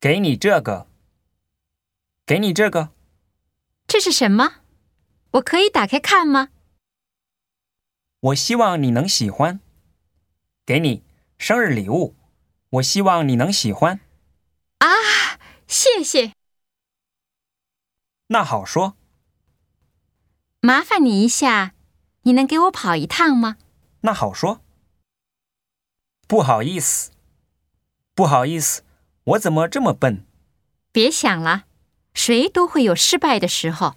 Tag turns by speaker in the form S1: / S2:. S1: 给你这个，给你这个，
S2: 这是什么？我可以打开看吗？
S1: 我希望你能喜欢。给你生日礼物，我希望你能喜欢。
S2: 啊，谢谢，
S1: 那好说，
S2: 麻烦你一下，你能给我跑一趟吗？
S1: 那好说。不好意思，不好意思，我怎么这么笨？
S2: 别想了，谁都会有失败的时候。